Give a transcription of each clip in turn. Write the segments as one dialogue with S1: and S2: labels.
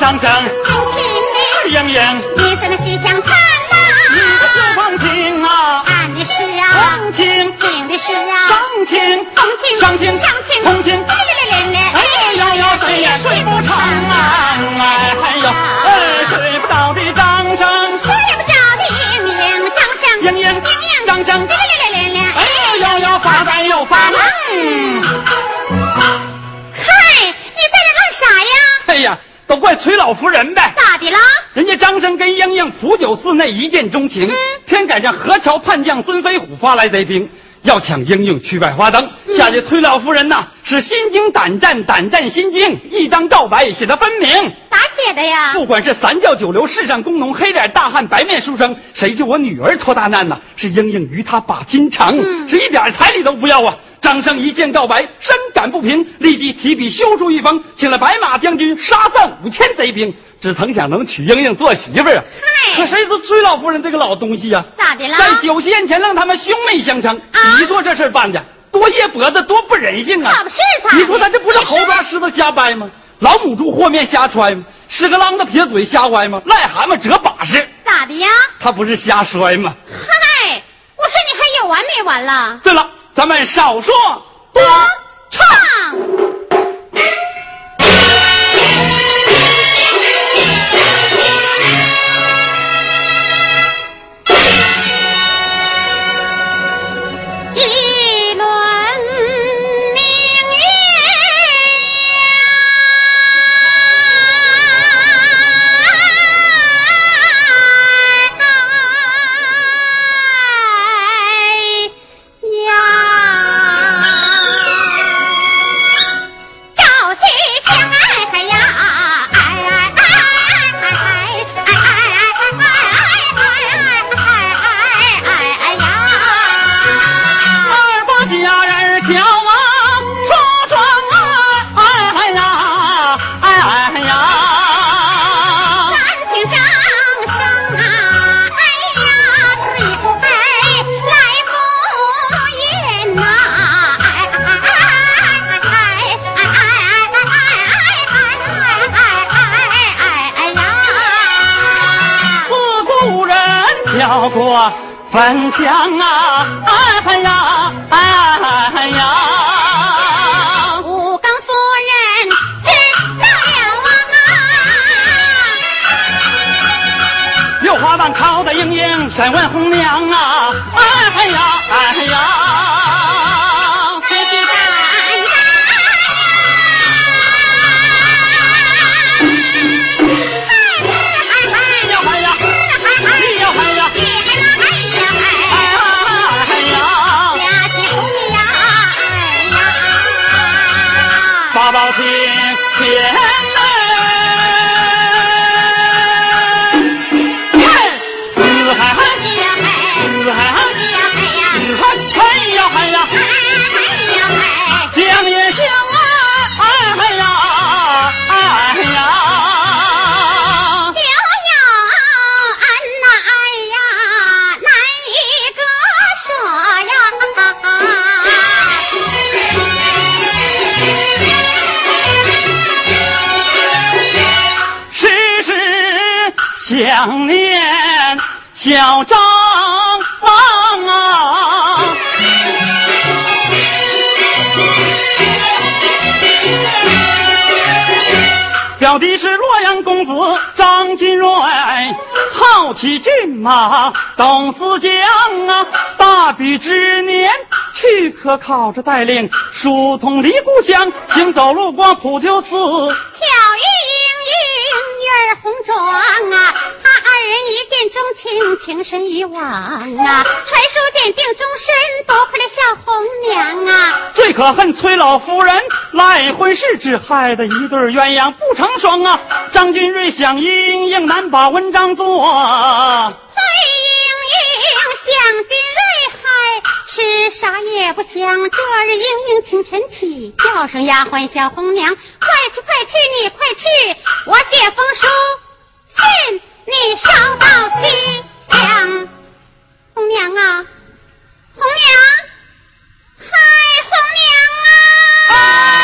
S1: 方正，
S2: 红青绿，
S1: 是盈盈，
S2: 你在那西厢看
S1: 你
S2: 呐、
S1: 个秋风情啊，
S2: 暗的是啊，
S1: 风情，
S2: 明的是啊，
S1: 张情，
S2: 风情，
S1: 上情，
S2: 上情，
S1: 同情，
S2: 哎嘞嘞嘞嘞，
S1: 哎呦呦，谁也睡不成啊，哎呦，哎，睡不着的张生，
S2: 睡不着的明张生，
S1: 盈盈，张生
S2: 嘞，嘞嘞嘞嘞，
S1: 哎呦呦，发呆又发
S2: 嗯，
S1: 闷。
S2: 嗨，你在这干啥呀？
S1: 哎呀，都怪崔老夫人呗。
S2: 咋的了？
S1: 人家张生跟英英普酒寺内一见钟情，
S2: 嗯
S1: 偏赶上河桥叛将孙飞虎发来贼兵，要抢英英去拜花灯。下这崔老夫人呐，是心惊胆战，胆战心惊，一张照白写的分明。
S2: 咋写的呀？
S1: 不管是三教九流、世上工农、黑脸大汉、白面书生，谁救我女儿脱大难呐、是英英与他把亲长，
S2: 嗯
S1: 是一点彩礼都不要啊！张生一见告白，深感不平，立即提笔修书一封，请了白马将军杀散五千贼兵，只曾想能娶英英做媳妇儿啊！可
S2: 嗨，
S1: 谁知崔老夫人这个老东西呀、
S2: 咋的了？
S1: 在酒席宴前让他们兄妹相称，你说这事儿办的多噎脖子，多不人性啊！
S2: 可不是咋的？
S1: 你说咱这不是猴抓
S2: 你
S1: 狮子瞎掰吗？老母猪和面瞎揣吗？屎壳郎子撇嘴瞎歪吗？癞蛤蟆折把式，
S2: 说咋的呀？
S1: 他不是瞎摔吗？
S2: 嗨，我说你还有完没完了？
S1: 对了，咱们少说
S2: 多
S1: 多
S2: 唱。一轮明月在。呀，赵西厢哎嗨呀，哎哎哎哎哎哎哎哎哎哎哎呀！
S1: 二八佳人瞧啊，出窗啊，哎呀，哎呀。
S2: 三请上上啊，哎呀，退不拜，来不言呐，哎哎哎哎哎哎哎哎哎哎哎呀！
S1: 四故人飘过坟墙啊，哎呀，哎呀。
S2: 武冈夫人知道了啊，
S1: 六花瓣靠得盈盈，闪问红娘啊，哎呀，哎呀。
S2: 慈禧大人呀，
S1: 呀哎呀，哎呀哎呀，哎呀。八宝亭前门，子海海，子海海，子海海呀海呀。江也香啊，哎呀，哎呀
S2: 啊刘，有恩呐，哎呀，难以割舍呀。
S1: 时时想念小张望啊，表弟是洛阳公子张君瑞，好奇骏马董思江啊，大比之年去可考着带领，书童离故乡，行走路过普救
S2: 巧
S1: 寺。
S2: 遇莺莺女儿红妆啊，他二人一见钟情，情深一往啊。传书鉴定终身，夺回了小红娘啊。
S1: 最可恨崔老夫人赖婚事，只害得一对鸳鸯不成双啊！张君瑞想英英难把文章做啊，
S2: 崔莺莺想金瑞嗨，吃啥也不想。这日莺莺清晨起，叫声丫鬟小红娘，快去快去，你快去，我写封书信，你捎到西厢。红娘啊，红娘，嗨，红娘啊！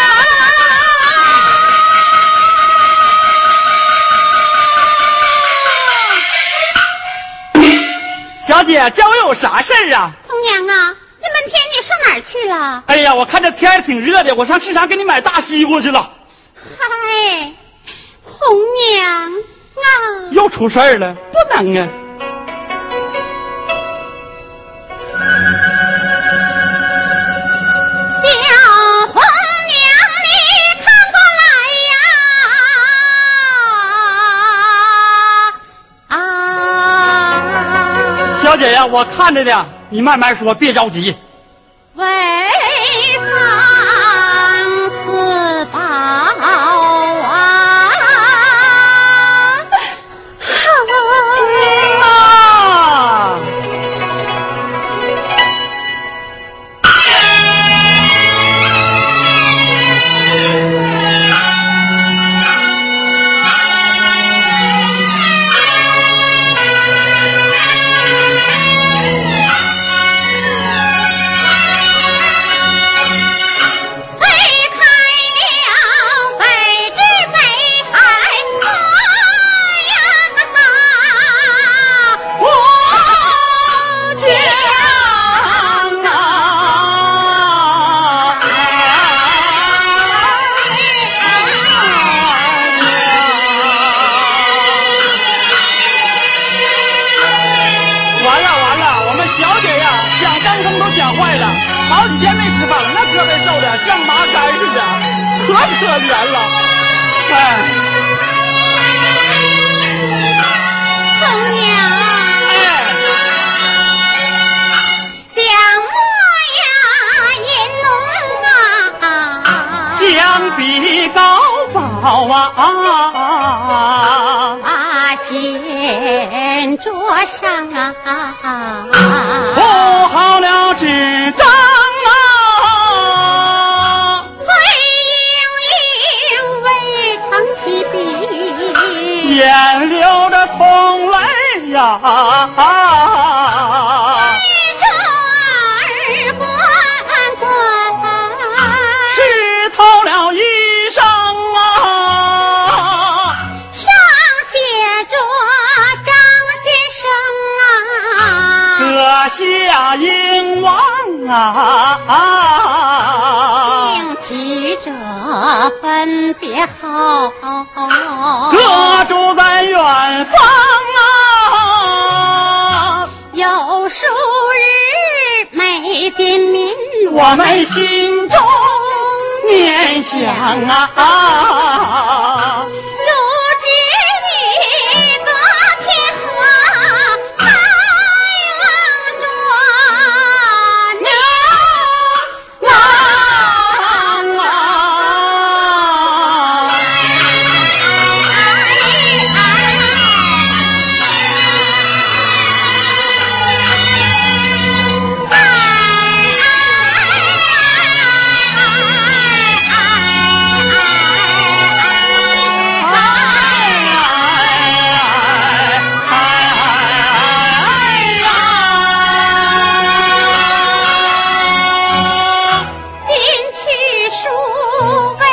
S1: 姐，叫我有啥事儿啊？
S2: 红娘啊，这闷天你上哪儿去了？
S1: 哎呀，我看这天儿挺热的，我上市场给你买大西瓜去了。
S2: 嗨，红娘啊，
S1: 又出事儿了，不能啊！
S2: 叫红娘你看过来呀！啊，
S1: 小姐呀，我看着呢，你慢慢说，别着急。
S2: 为防四宝啊！
S1: 啊！
S2: 北开了，北至北海，我呀哈，我将啊！
S1: 完了完了，我们小姐呀，想干工都想坏了，好几天没吃饭了，那胳膊瘦的像麻杆似的，可可怜了。哎，
S2: 红娘。
S1: 哎，
S2: 江莫呀，银龙啊，
S1: 姜比高宝啊，
S2: 啊，仙桌上啊，
S1: 不好了纸张啊，
S2: 翠英英未曾提笔，
S1: 眼流着痛泪呀。
S2: 这儿关关
S1: 湿透了衣裳啊！
S2: 上写着张先生啊。
S1: 阁下英王啊，
S2: 敬其者分别好，
S1: 阁主在远方啊，
S2: 有数日没见面，
S1: 我们心中念想啊，
S2: 如知你隔天河开往着牛郎啊。今去数为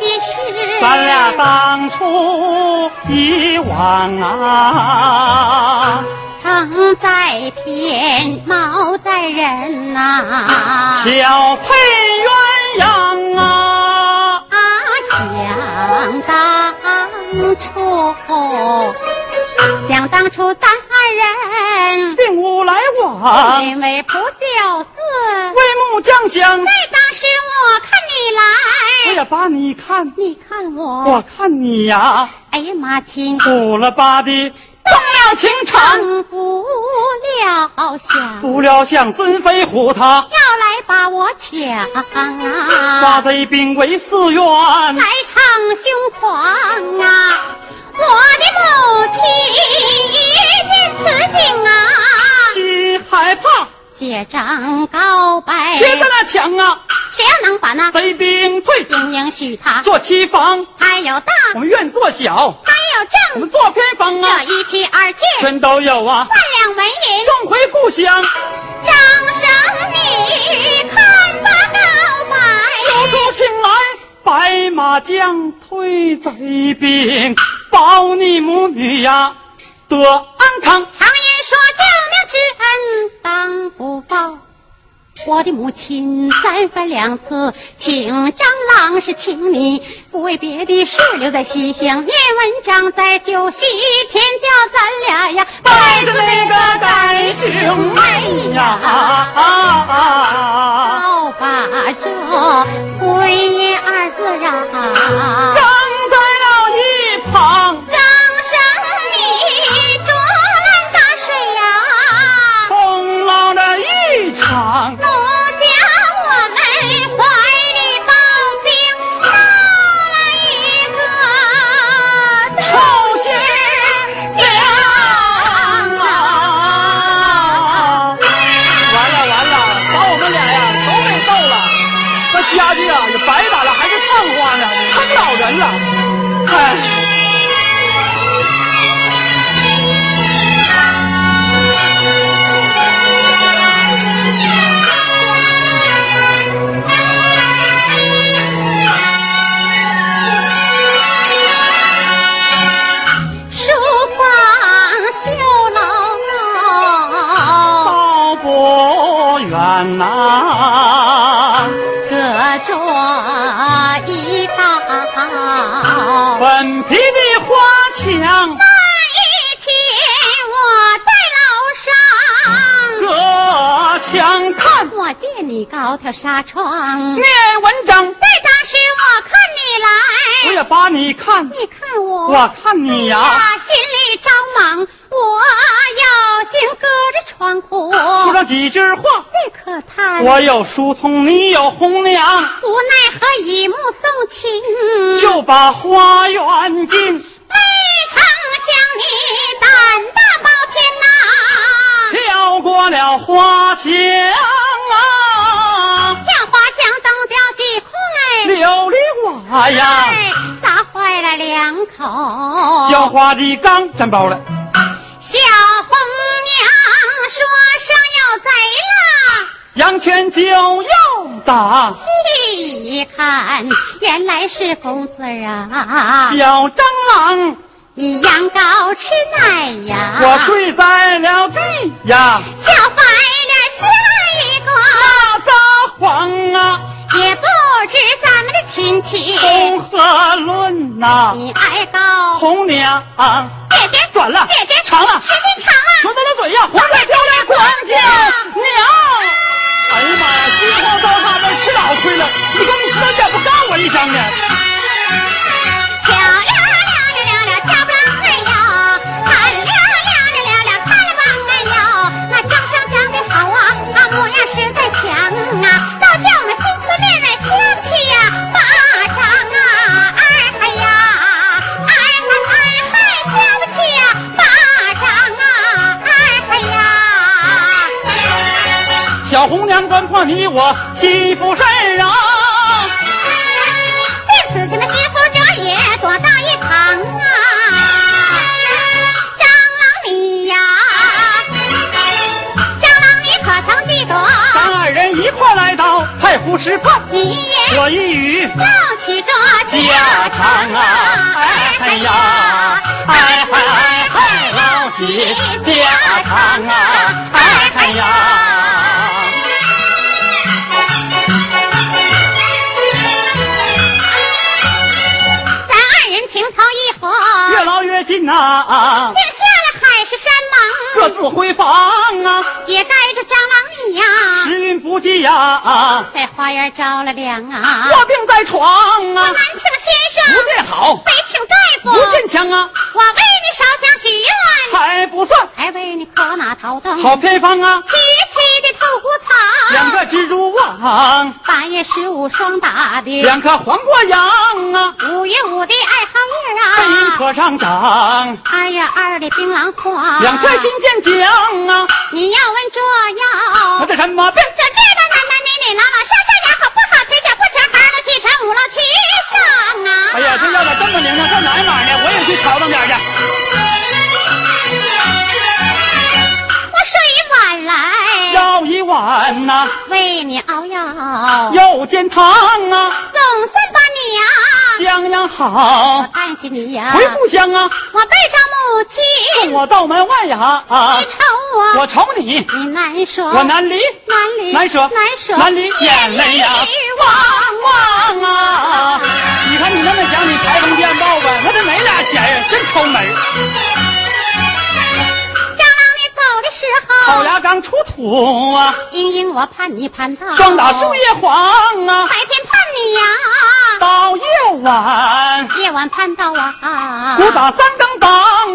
S2: 的是
S1: 咱俩当初以往啊。
S2: 曾在天，猫在人呐、
S1: 小配鸳鸯啊，
S2: 啊，想当初，想当初咱二人
S1: 并无来往。
S2: 因为不就似，
S1: 为木将相，
S2: 在当时我看
S1: 我
S2: 你来，
S1: 也把你看，
S2: 你看
S1: 我
S2: 我，
S1: 看你呀，
S2: 哎呀妈亲，
S1: 苦了吧的动了情长，
S2: 成不了想，
S1: 不料想孙飞虎他
S2: 要来把我抢
S1: 抓
S2: 啊！
S1: 贼兵为寺院，
S2: 来逞凶狂啊！我的母亲一见此景啊，
S1: 心害怕，
S2: 血涨高白，
S1: 谁咱俩抢啊？
S2: 谁要能把那
S1: 贼兵退，
S2: 英英许他，
S1: 做七方，
S2: 他有大，
S1: 我们愿做小，
S2: 他
S1: 我
S2: 有正，
S1: 们做偏方啊
S2: 这，一七二七，
S1: 全都有啊，
S2: 万两纹银，
S1: 送回故乡。
S2: 张生你看吧高白，
S1: 小主请来，白马将退贼兵，保你母女呀得安康。
S2: 常言说救命之恩当不报。我的母亲三番两次请张郎是请你，不为别的事留在西乡。念文章在酒席前叫咱俩呀，
S1: 带着那个干兄
S2: 哎
S1: 哎妹呀，
S2: 要把这婚姻二字啊
S1: 扔，在了一旁，
S2: 张生你竹篮打水啊呀、
S1: 空落了一场
S2: 奴。家我们怀里抱兵抱了一个
S1: 好心凉啊！完了完了，把我们俩呀都给逗了，那家具啊也白打了，还是烫花呢，坑老人了。哎，
S2: 梳妆绣楼，
S1: 道不远呐、
S2: 各着一道。
S1: 粉皮的花墙
S2: 那一天我在楼
S1: 隔墙看，
S2: 上，我见你高挑纱窗，
S1: 念文章
S2: 在当时我看你
S1: 我
S2: 来，
S1: 也把你看，
S2: 你看我，
S1: 我看你呀、
S2: 啊，心里着忙，我要紧隔着窗户，
S1: 说了几句话。
S2: 这可叹，
S1: 我有书童，你有红娘，
S2: 无奈何以目送情，
S1: 就把花园进。
S2: 没曾想你胆大包天呐、
S1: 跳过了花墙啊，
S2: 跳花墙东掉几块。
S1: 琉璃瓦呀，
S2: 哎，砸坏了两口。
S1: 浇花的缸粘包了。
S2: 小红娘说上有贼了，
S1: 杨泉就要打
S2: 细一看，原来是公子啊！
S1: 小蟑螂，
S2: 你羊羔吃奶呀！
S1: 我跪在了地呀，
S2: 小白脸吓一
S1: 大
S2: 个，
S1: 撒谎啊，
S2: 也不知咱们的亲戚，
S1: 公和论呐，
S2: 你挨告。
S1: 红娘啊
S2: 姐姐
S1: 转了
S2: 姐姐
S1: 长了
S2: 时间长了。
S1: 说到了嘴呀，红脸掉来光脚娘。哎呀妈呀，虚晃到他那吃老亏了，你跟你知道你咋不告我一声呢？
S2: 跳亮亮亮亮跳不啷哎哟，看亮亮亮亮亮看了望哎哟，那张生长得好啊，那模样实在强啊，倒叫我们心思面软想起呀，巴掌啊，哎嗨呀，哎嗨哎嗨，想不起呀，巴掌啊，哎嗨呀。
S1: 小红娘跟破你我媳妇身啊，
S2: 对此情的知乎者也躲到一旁啊。蟑螂你呀，蟑螂你可曾记得？
S1: 咱二人一块来到太湖石畔，
S2: 你也
S1: 我一语
S2: 闹起这
S1: 家常啊，哎嗨呀，哎嗨哎嗨，老喜家常啊，哎嗨呀。
S2: 咱二人情投意合，
S1: 越捞越近呐、啊，
S2: 定下了海誓山
S1: 各
S2: 盟，
S1: 自回房啊，
S2: 也该住蟑螂你呀、
S1: 时运不济呀、啊，
S2: 在花园着了凉啊。
S1: 卧病在床
S2: 我
S1: 啊
S2: 南，请先
S1: 不
S2: 生，
S1: 见好，
S2: 北请大夫，
S1: 不见强啊，
S2: 我为你烧香许愿，
S1: 还不算
S2: 还为你磕马头灯，
S1: 好偏方啊，
S2: 七七的透骨草，
S1: 两个蜘蛛网，
S2: 八月十五霜打的，
S1: 两颗黄瓜秧啊，
S2: 五月五的艾
S1: 背
S2: 蒿
S1: 影
S2: 叶啊，
S1: 哎可上涨，
S2: 二月二的槟榔花，
S1: 两块新建姜啊，
S2: 你要问这
S1: 我
S2: 药，
S1: 这什么病？
S2: 这治的男男女女老老少少牙口不好，腿脚不强，八路气喘，五路七伤啊！
S1: 哎呀，这要咋这么灵呢？上哪儿哪儿呢？我也去淘腾点儿
S2: 我
S1: 去。
S2: 睡晚来，
S1: 要一碗呐、
S2: 为你熬药，
S1: 又煎汤啊，
S2: 总算把你呀、
S1: 家样样
S2: 我
S1: 好，
S2: 感谢你呀、
S1: 回故乡啊，
S2: 我背上母
S1: 送
S2: 亲，
S1: 我到门外呀啊
S2: 你，瞅我，
S1: 我瞅你，
S2: 你难说，
S1: 我难离
S2: 难离，
S1: 难舍
S2: 难舍，
S1: 难离，眼泪呀汪汪啊！你看你那么讲，你开封电报呗，那这哪俩闲人真抠门儿，
S2: 正当你走的时
S1: 草
S2: 候，
S1: 芽刚出土啊，
S2: 英英我盼你盼到，
S1: 霜打树叶黄啊，
S2: 白天盼你呀、
S1: 到夜晚
S2: 夜晚盼到我啊，
S1: 鼓打三更当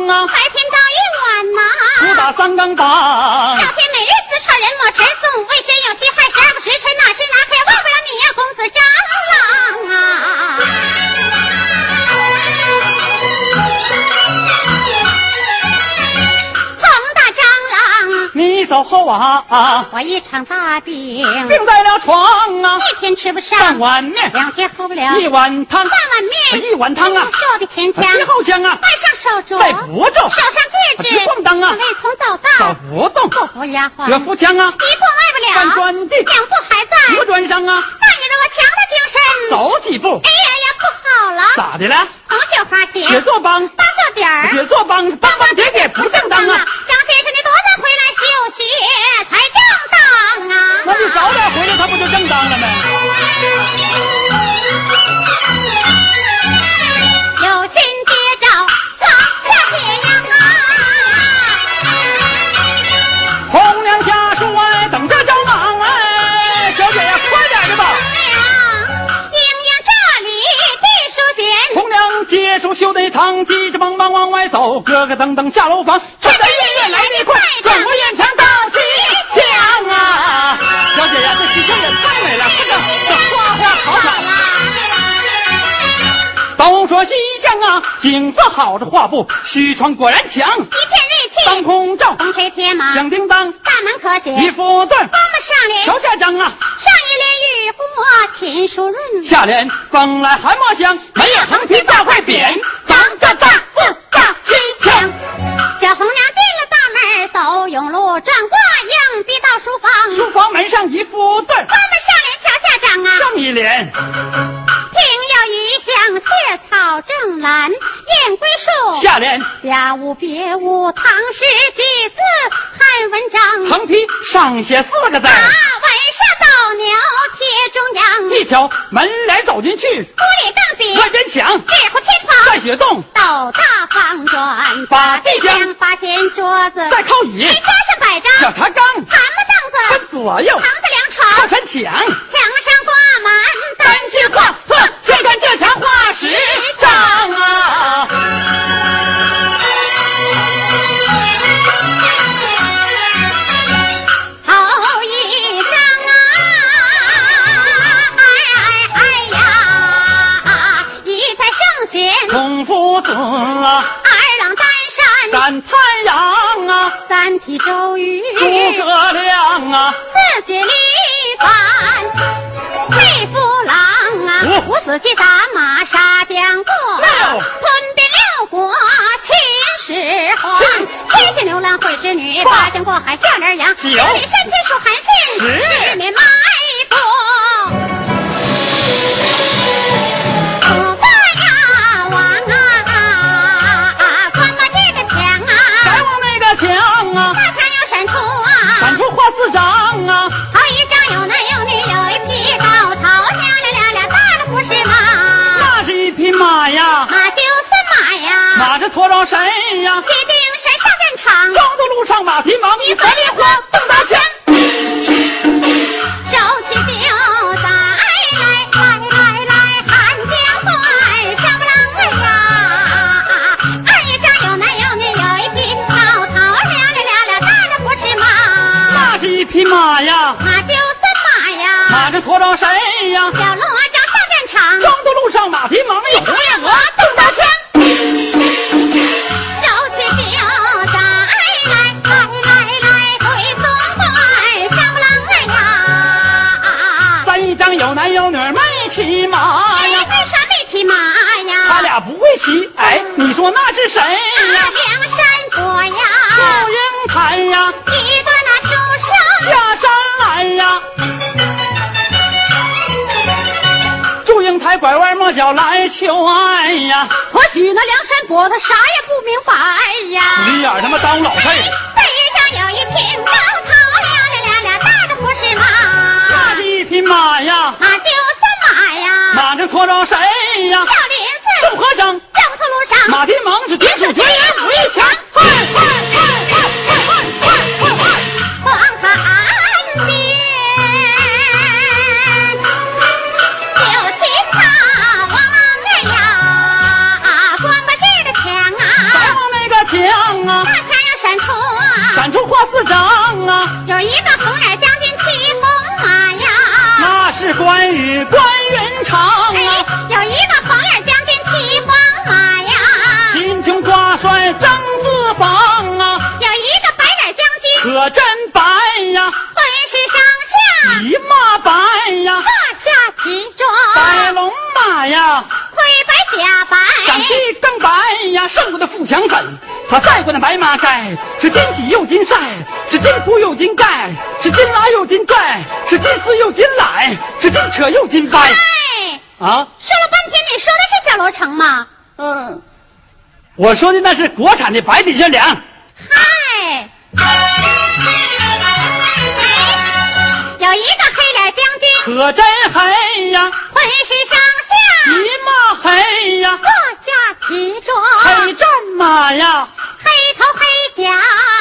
S1: 啊，
S2: 白天到夜晚呐、
S1: 鼓打三更当。
S2: 老天每日自称人抹尘送，为谁有气害十二个时辰，哪时哪刻忘不了你呀、公子张郎啊！从大张郎，
S1: 你走后啊，啊
S2: 我一场大病，一
S1: 病在了床啊，
S2: 天吃不
S1: 半
S2: 上，
S1: 哎碗面，
S2: 两天喝不了，
S1: 一
S2: 半
S1: 碗汤，
S2: 碗面，
S1: 一碗汤啊，
S2: 瘦的前腔，
S1: 贴
S2: 腕
S1: 后腔啊，
S2: 上手镯，
S1: 在脖子
S2: 手上戒指，
S1: 直晃荡啊
S2: 未曾走
S1: 找
S2: 到，
S1: 活动，
S2: 不服丫鬟，
S1: 有腹腔啊，
S2: 一步迈
S1: 搬
S2: 不了，
S1: 砖地，
S2: 两步还在，那
S1: 磨
S2: 也
S1: 砖上啊，
S2: 让我强的精神。
S1: 走几步，
S2: 哎呀哎呀，不好了，
S1: 咋的了？
S2: 红袖花鞋，
S1: 别做帮，
S2: 八坐点儿，
S1: 别做帮，帮帮别别不正当啊！！
S2: 张先生，你多早回来休息才正当啊！
S1: 那你早点回来，他不就正当了吗？
S2: 有心接招，往下撇呀啊！
S1: 红娘下树哎，等着张郎哎，小姐呀，快点的吧！
S2: 娘，英英这里地书简，
S1: 红娘接住袖内堂，急急忙忙往外走，咯咯噔噔下楼房，趁着夜夜来得快，转过眼前到西厢啊！小姐呀，这西厢也太美了，看看这花花草草。都说西厢啊，景色好，这画布虚窗果然强，
S2: 一片
S1: 当
S2: 瑞气，
S1: 空照，
S2: 风吹铁马，
S1: 响叮当，
S2: 大门可写，
S1: 一副对，
S2: 八门上联，上
S1: 桥下张啊，
S2: 一联雨过秦书论，
S1: 下联风来寒墨香，没有横批大块匾，
S2: 咱个大字到西厢。小红娘进了大门，走甬路，转过硬逼到书房，
S1: 书房门上一副对，
S2: 八门上联桥下张啊。
S1: 上一联
S2: 庭有余香，雪草正蓝，燕归树。
S1: 下联
S2: 家务别无唐诗几字汉文章。
S1: 横批上写四个字
S2: 啊，
S1: 儿，
S2: 文上斗牛贴中央，
S1: 一条门帘走进去，
S2: 屋里当比
S1: 乱边墙，
S2: 纸糊天棚，
S1: 在雪洞，
S2: 斗大方砖，
S1: 把地
S2: 将
S1: 箱，
S2: 八仙桌子，哎
S1: 再靠椅，
S2: 黑桌上摆张
S1: 小
S2: 檀
S1: 茶缸，
S2: 木凳
S1: 分
S2: 子，
S1: 左右
S2: 堂，子凉
S1: 靠
S2: 床，
S1: 山墙。
S2: 墙上挂满单
S1: 心画破，先看这墙画十张啊！
S2: 头一张啊，哎哎哎呀，一在圣贤，
S1: 孔夫子啊，
S2: 二郎担山，
S1: 感叹扬啊，
S2: 三起周瑜，
S1: 诸葛亮啊，
S2: 四举力帆，佩夫郎啊，
S1: 五
S2: 五子棋打马杀将过，
S1: 六
S2: 吞并六国秦始皇，七进牛郎会织女，八将过海下联阳，
S1: 九
S2: 千里山天数韩信，
S1: 十
S2: 十面埋伏。土霸哦呀王啊，关吧这个墙
S1: 再
S2: 啊，
S1: 往那个墙
S2: 大
S1: 啊，
S2: 墙要闪出啊，
S1: 闪出画四张啊，
S2: 头一张有男有女，有一匹高头，亮亮亮亮大的不是马，
S1: 那是一匹马呀，
S2: 马就是马呀，
S1: 马着驮着神呀，
S2: 骑兵神上战场，
S1: 装着路上马蹄忙，
S2: 你嘴
S1: 你嘴
S2: 里
S1: 里
S2: 火
S1: 火
S2: 蹦
S1: 蹦
S2: 刀
S1: 刀
S2: 枪
S1: 枪，
S2: 手起袖子，哎来来来来喊叫唤，上不啷儿呀！二一张有男有女，有一匹高头，亮亮亮亮大的不是马，
S1: 那是一匹马呀，
S2: 马就是马呀，
S1: 马着驮着神呀，
S2: 小罗章上战场。
S1: 装着路上马蹄忙，你
S2: 一红一鹅啊动刀枪，手起袖子，哎来来来来回松管，上不啷儿呀！
S1: 三一张有男有女没骑马
S2: 哎
S1: 呀。
S2: 为啥没骑马呀？
S1: 他俩不会骑，哎，你说那是谁
S2: 啊
S1: 呀？
S2: 梁山伯呀，
S1: 祝英台
S2: 一段
S1: 呀，
S2: 那书生，
S1: 下山来呀！祝英台拐弯抹角来求爱呀！
S2: 或许那梁山伯他啥也不明白呀。
S1: 你眼他妈耽误老太太，
S2: 背上有一挺高头，亮亮亮亮大的不是马
S1: 那，是一匹马呀，
S2: 马丢三马呀，
S1: 马上拖着谁呀
S2: 少？林
S1: 郑
S2: 寺
S1: 和生，
S2: 正途路上，
S1: 马蹄蒙是铁杵绝人武力强。
S2: 快快快快快快快快光看边有秦朝王二呀，光个这个墙
S1: 白
S2: 啊，
S1: 望那个墙
S2: 那
S1: 啊，
S2: 墙要闪出啊，
S1: 闪出画四张啊，
S2: 有一个红脸将军骑红马呀，
S1: 那是关羽关云长
S2: 哎，
S1: 啊，
S2: 有一个红脸将军骑黄马呀，
S1: 秦琼挂帅张四方啊，
S2: 有一个白脸将军
S1: 可真白呀，
S2: 浑身上下。
S1: 一马白呀，
S2: 上下齐装，
S1: 白龙马呀，
S2: 灰白甲白，
S1: 长得更白呀，胜过那富强粉。他赛过那白马盖，是金体又金晒，是金箍又金盖，是金拉又金拽，是金丝又金揽，是金扯又金掰
S2: 哎，
S1: 啊。
S2: 说了半天，你说的是小罗成吗？
S1: 嗯，我说的那是国产的白底小梁，
S2: 嗨，有一个黑脸将军，
S1: 可真黑呀，
S2: 浑身上下
S1: 一马黑呀，
S2: 各下齐装，
S1: 黑战马呀，
S2: 黑头黑甲，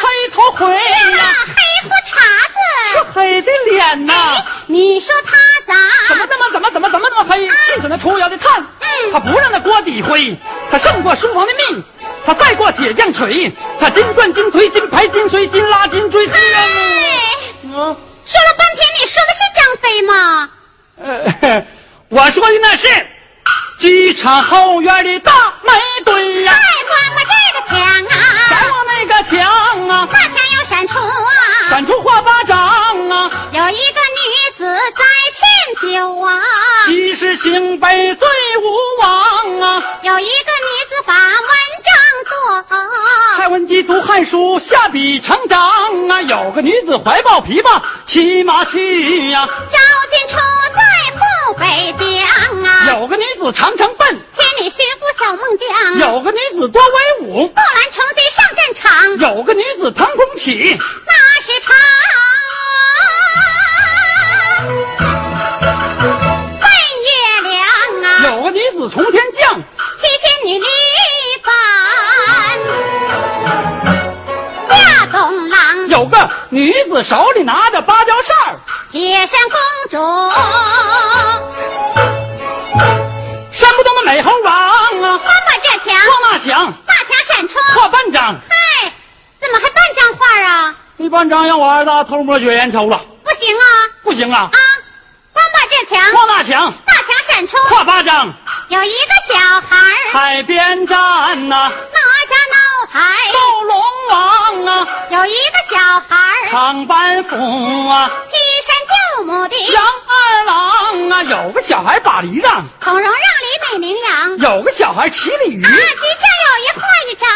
S1: 黑头盔呀，
S2: 那黑胡茬
S1: 是
S2: 子，
S1: 黑的脸呐，
S2: 你说他
S1: 怎么
S2: 咋？
S1: 那么怎么怎么怎么那么黑？气死那出窑的炭，他不让那锅底灰，他胜过书房的命，他赛过铁匠锤，他金钻金锤金牌金锤金拉金锥金啊！
S2: 哎，
S1: 嗯
S2: 说了半天，你说的是张飞吗？
S1: 呃， 我说的那是机场后院的大煤堆哎呀、
S2: 再光光这个墙
S1: 咱
S2: 啊，
S1: 往哎那个墙啊，
S2: 那墙有闪出啊，
S1: 闪出花巴掌啊，
S2: 有一个女子在劝酒啊，
S1: 及时行杯醉无望啊。
S2: 有一个女子把文章做
S1: 蔡
S2: 啊，
S1: 文姬读汉书，下笔成章啊。有个女子怀抱琵琶，骑马去呀、
S2: 招进出在不北疆啊，
S1: 有个女子长城奔，
S2: 千里寻夫小孟姜，
S1: 有个女子多威武，
S2: 木兰成军上战场，
S1: 有个女子腾空起，
S2: 那是长半月亮啊。
S1: 有个女子从天降，
S2: 七仙女立板嫁东郎，
S1: 有个女子手里拿着芭蕉扇儿。
S2: 铁扇公主
S1: 山不动的美猴王
S2: 翻
S1: 啊，
S2: 过这墙，
S1: 撞那墙，
S2: 大墙闪出，
S1: 画半张，
S2: 嗨，怎么还半张画啊？
S1: 那半张让我二大偷摸卷烟抽了，
S2: 不行啊
S1: 不行啊
S2: 啊！！翻过这墙，
S1: 撞那墙，
S2: 大墙闪出，
S1: 画八张，
S2: 有一个小孩儿
S1: 海边站呐、
S2: 哪吒闹海，
S1: 斗龙王啊，
S2: 有一个小孩儿
S1: 唐班虎啊，
S2: 劈山救母的，
S1: 杨二郎啊，有个小孩把梨让，
S2: 孔融让李美名扬，啊，
S1: 有个小孩骑鲤
S2: 极，
S1: 鱼
S2: 下有一画一张。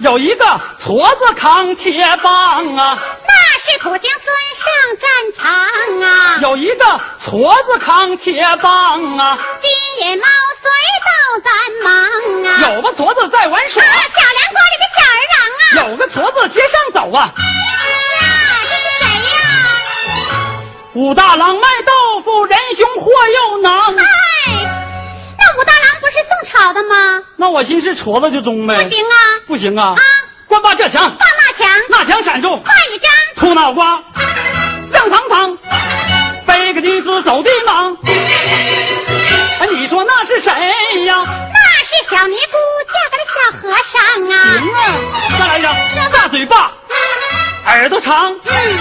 S1: 有一个矬子扛铁棒啊，
S2: 那是苦行孙上战场啊，
S1: 有一个矬子扛铁棒啊，
S2: 金眼猫随到咱忙啊。
S1: 有个矬子在玩耍
S2: 啊，，小梁锅里的小儿郎啊。
S1: 有个矬子街上走啊。
S2: 啊，这是谁呀？
S1: 武大郎卖豆腐，仁兄货又囊。
S2: 哎，那武大郎不是宋朝的吗？
S1: 那我心是矬子就
S2: 不
S1: 中呗。
S2: 行啊，
S1: 不行嗯啊
S2: 啊！
S1: 关八这墙，
S2: 放那墙，
S1: 那墙闪住，
S2: 画一张。
S1: 秃脑瓜，亮堂堂，背个女子走地忙。哎，你说那是谁呀？
S2: 那是小尼姑嫁给了小和尚
S1: 行
S2: 啊。
S1: 啊，再来一张，大嘴巴，耳朵长，
S2: 嗯，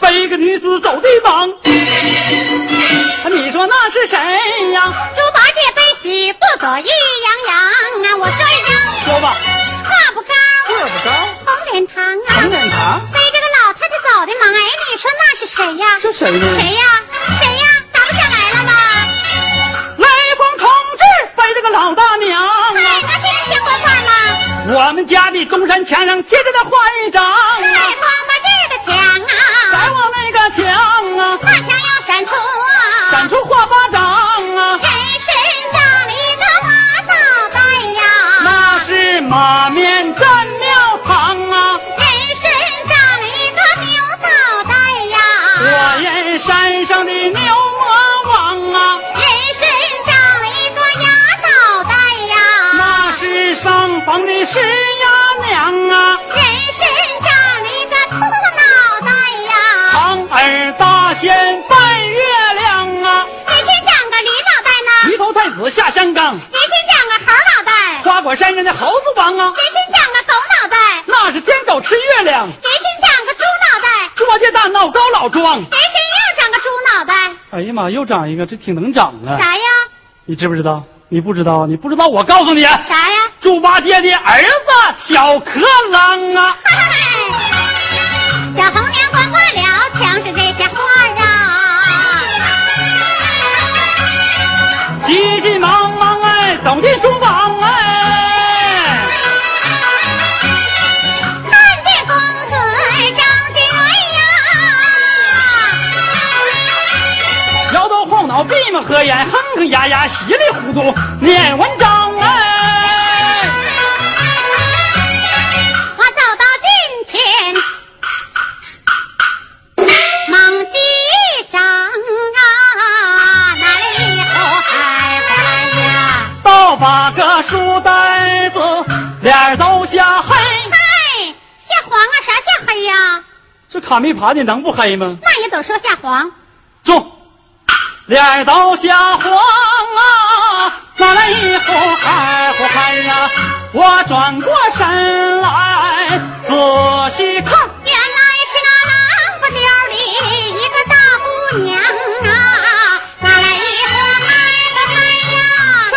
S1: 背个女子走地忙。哎，你说那是谁呀？
S2: 猪八戒背媳妇左一扬扬啊，我说一张。
S1: 说吧，
S2: 画不
S1: 个
S2: 高，
S1: 儿不高，
S2: 红脸堂啊，
S1: 红脸堂
S2: 背着个老太太走的忙。哎，你说那是谁呀？
S1: 是谁呢？
S2: 谁呀？谁呀？答不上来了吧？
S1: 雷锋同志背着个老大娘
S2: 哎，
S1: 啊，
S2: 那是个天官画吗？
S1: 我们家的东山墙上贴着那画一张啊
S2: 哎，，光把这个墙
S1: 再
S2: 啊，
S1: 往那个墙啊，
S2: 嗯画墙要闪出啊，嗯
S1: 闪出画巴掌
S2: 人
S1: 啊，
S2: 身张力
S1: 啊啊是呀娘啊，
S2: 人参长了一个秃头脑袋呀，
S1: 长耳大仙拜月亮啊，
S2: 人参长个驴脑袋呢，
S1: 鱼头太子下山岗，
S2: 人参长个猴脑袋，
S1: 花果山上的猴子王啊，
S2: 人参长个狗脑袋，
S1: 那是颠狗吃月亮，
S2: 人参长个猪脑袋，
S1: 捉奸大闹高老庄。
S2: 人参又长个猪脑袋，
S1: 哎呀妈，又长一个，这挺能长啊！
S2: 啥呀？
S1: 你知不知道？你不知道，你不知道，我告诉你，啊
S2: 啥呀？
S1: 猪八戒的儿子小壳郎啊，
S2: 嗨，哎小红娘光挂了，墙上这些花儿啊，
S1: 急急忙忙哎，走进书房哎，
S2: 看见公子张金瑞呀，
S1: 摇头晃脑，闭目合眼，哼哼呀呀，稀里糊涂念文章哎。
S2: 我走到近前，猛击一掌啊，来一呼海花呀。
S1: 倒把个书呆子，脸都吓黑。
S2: 嗨，下黄啊，啥下黑呀、
S1: 这卡密盘你能不黑吗？
S2: 那也都说下黄。
S1: 中，脸都吓黄啊！哪来一呼嗨呼嗨呀？我转过身来仔细看，
S2: 原来是那狼不溜里一个大姑娘啊，哪来一壶嗨不嗨
S1: 这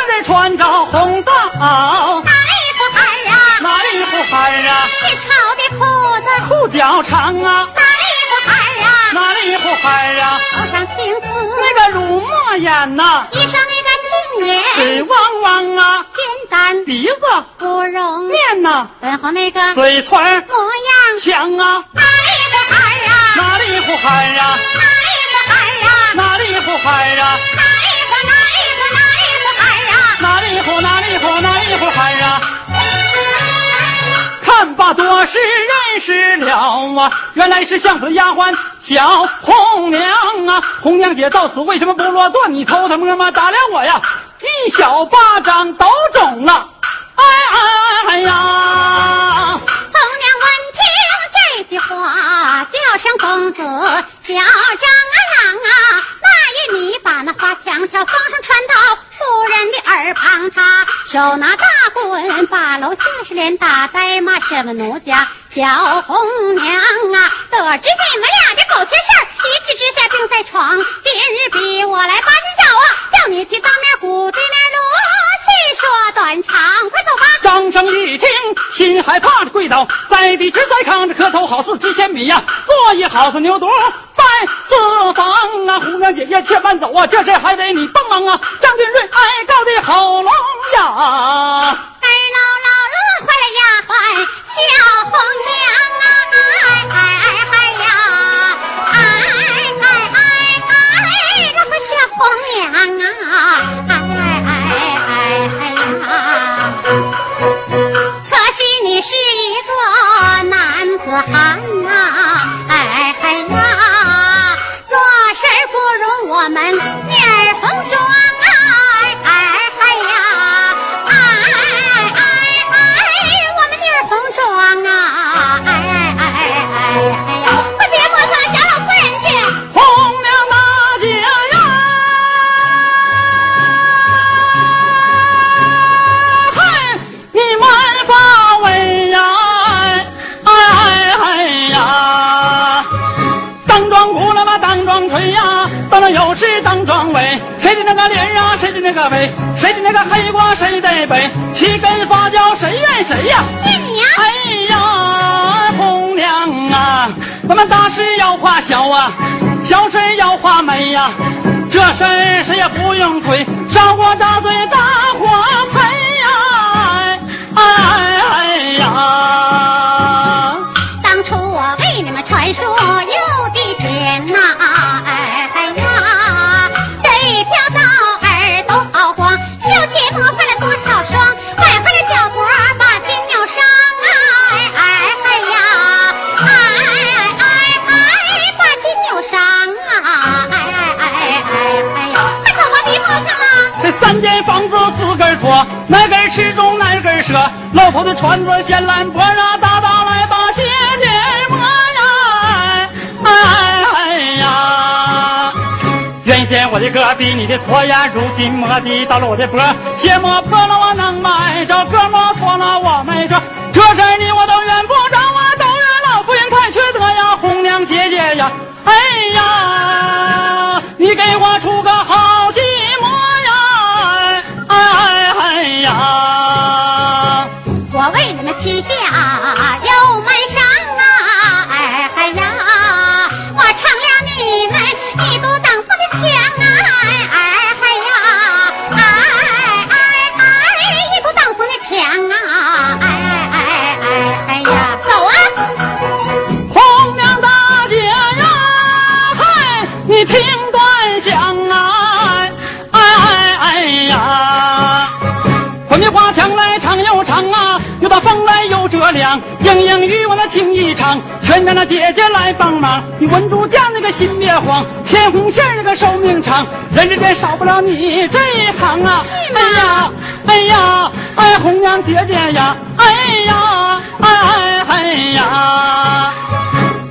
S2: 呀？
S1: 人穿着红袄，
S2: 哪一壶嗨啊？
S1: 哪里呼嗨呀？
S2: 你潮的裤子，
S1: 裤脚长啊，
S2: 哪一壶嗨啊？
S1: 哪里呼嗨呀？
S2: 头上青丝，
S1: 那个乳墨眼呐、
S2: 一双那个杏眼，
S1: 水汪汪啊，
S2: 仙丹
S1: 鼻子
S2: 不容
S1: 面呐、
S2: 粉红那个模
S1: 嘴唇儿
S2: 样，
S1: 强啊，
S2: 哪一壶嗨啊？
S1: 哪里呼嗨呀？
S2: 哪一壶嗨啊？
S1: 哪里呼嗨呀？
S2: 哪一个哪一个哪一个孩啊！
S1: 哪里呼哪里呼哪里呼嗨呀？看罢多时认识了啊，原来是相府的丫鬟小红娘啊。红娘姐到此为什么不落座？你偷偷摸摸打量我呀，一小巴掌都肿了。哎哎哎呀！
S2: 红娘闻听这句话，叫声公子小张啊郎啊。那夜你把那花墙条风声传到夫人的耳旁，她手拿大棍把楼下是连打带骂什么奴家小红娘啊。得知你们俩的苟且事儿，一气之下病在床。今日比我来把你找啊，叫你去当面鼓对面锣，细说短长，快走吧。
S1: 张生一听，心害怕的跪倒，在地直栽炕着磕头，好似鸡千米呀、坐也好似牛犊儿拜四方啊！红娘姐姐且慢走啊，这事还得你帮忙啊！张君瑞哀告的喉咙呀，
S2: 二老老乐坏了丫鬟小红娘啊，哎哎哎哎呀，哎哎哎哎，这回小红娘啊，哎哎哎哎呀，可惜你是一个男子汉呐、哎哎呀，做事儿不容我们女儿红妆啊，哎哎呀，哎哎哎，我们女儿红妆啊，哎哎哎哎哎呀，快别磨蹭，小老夫人去，
S1: 红娘大姐呀，嘿，你们把为呀，哎哎哎呀！当庄鼓了嘛，当庄锤呀，当庄有事当庄尾，谁的那个脸呀，谁的那个尾，谁的那个黑瓜谁得背，七根发胶谁怨谁呀？
S2: 念你呀、
S1: 哎呀，红娘啊，咱们大事要化小啊，小事要化美呀、这事儿谁也不用推，烧锅扎堆大火盆呀、哎哎哎呀，
S2: 当初我为你们传说有的天呐、哎哎呀，这一条道儿都熬光，绣鞋磨坏了多少双，崴坏了脚脖把筋扭伤啊，哎哎哎呀，哎哎哎哎，把筋扭伤啊，哎哎哎哎哎呀，快走吧，别磨蹭了。
S1: 这三间房子四根笞，哪根吃中哪根舍，老头的船子掀烂簸啊，大大来把鞋底儿磨呀，哎哎哎呀！原先我的胳比你的矬呀，如今磨的到了我的脖，鞋磨破了我能买着，胳磨破了我没辙，这事儿你我都怨不着啊，都怨老夫人太缺德呀，红娘姐姐呀，哎呀，你给我出个好计谋呀，哎哎哎呀！
S2: 我为你们妻下又闷伤啊，哎嗨呀，哎我成了你们一堵挡风的墙啊，哎哎嗨呀，哎哎哎，一堵挡风的墙啊，哎哎哎哎呀，走啊！
S1: 红娘大姐呀，嗨，你听端详啊，哎哎哎呀，滚的花墙来长又长啊，又打风来又折凉，莺莺与我那情一场，全家那姐姐来帮忙，你文竹家那个心灭慌，牵红线那个寿命长，人世间少不了你这一行啊，哎呀，哎呀，哎红娘姐姐呀，哎呀，哎哎哎呀。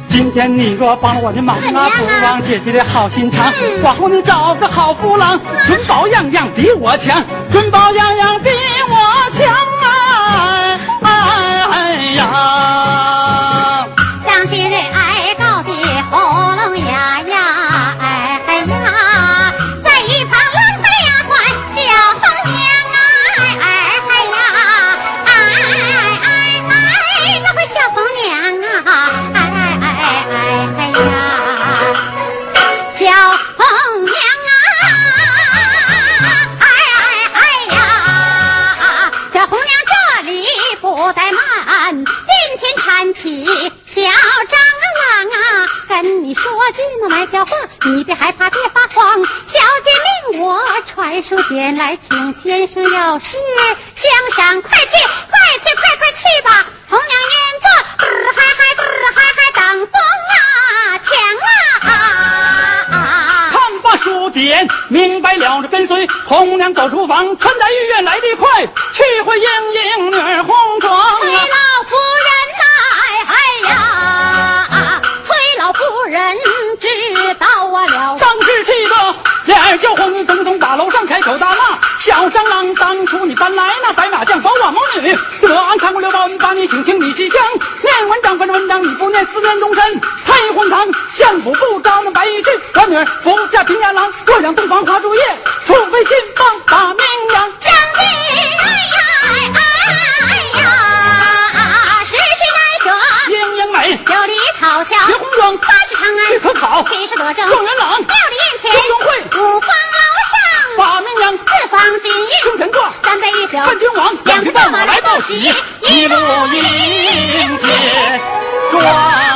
S1: 今天你若帮了我的忙
S2: 怎么
S1: 啊
S2: 样，啊
S1: 不忘姐姐的好心肠
S2: 嗯。
S1: 往后你找个好夫郎，准保样样比我强，准保样样比我强啊！哎哎呀！
S2: 张旭瑞哀告的喉咙哑呀，哎嗨呀，在一旁浪的丫鬟小红娘啊，哎嗨呀，哎哎哎，那回小红娘啊，哎哎哎哎嗨呀。小红娘啊，哎哎哎呀！小红娘这里不怠慢，今天搀起小蟑螂啊，跟你说句那玩笑话，你别害怕，别发慌。小姐命我传书前来，请先生要是相赏，快去，快去，快快去吧！红娘因这嘚儿嗨嗨嘚儿嗨嗨挡风啊，强啊！啊
S1: 看罢书简，明白了这跟随红娘走厨房，穿戴御苑来得快，去回莺莺女儿红妆
S2: 崔
S1: 啊！
S2: 老夫人呐，哎哎呀，崔老夫人知道我了。
S1: 当时气得脸儿就红，咚咚把楼上开口大骂：“小蟑螂，当初你搬来那白马将保我母女，得安看过刘保恩把你请请你西江，念文章翻着文章你不念，思念终身太荒唐。相府不招那白玉俊，我女儿不嫁平阳郎，若想洞房花烛夜，除非金榜把名扬。”
S2: 张帝哎呀哎呀，十是难舍，
S1: 莺莺美，
S2: 九里草桥，
S1: 学红妆，
S2: 八十长
S1: 去
S2: 安，
S1: 可考，
S2: 七十德政，
S1: 状元朗
S2: 六，里宴请，
S1: 中庸会
S2: 五方楼上，
S1: 把名扬，
S2: 四方金印，
S1: 胸前挂，
S2: 三杯一酒，
S1: 伴君王，两匹半马来报喜，一路迎接。
S2: 庄。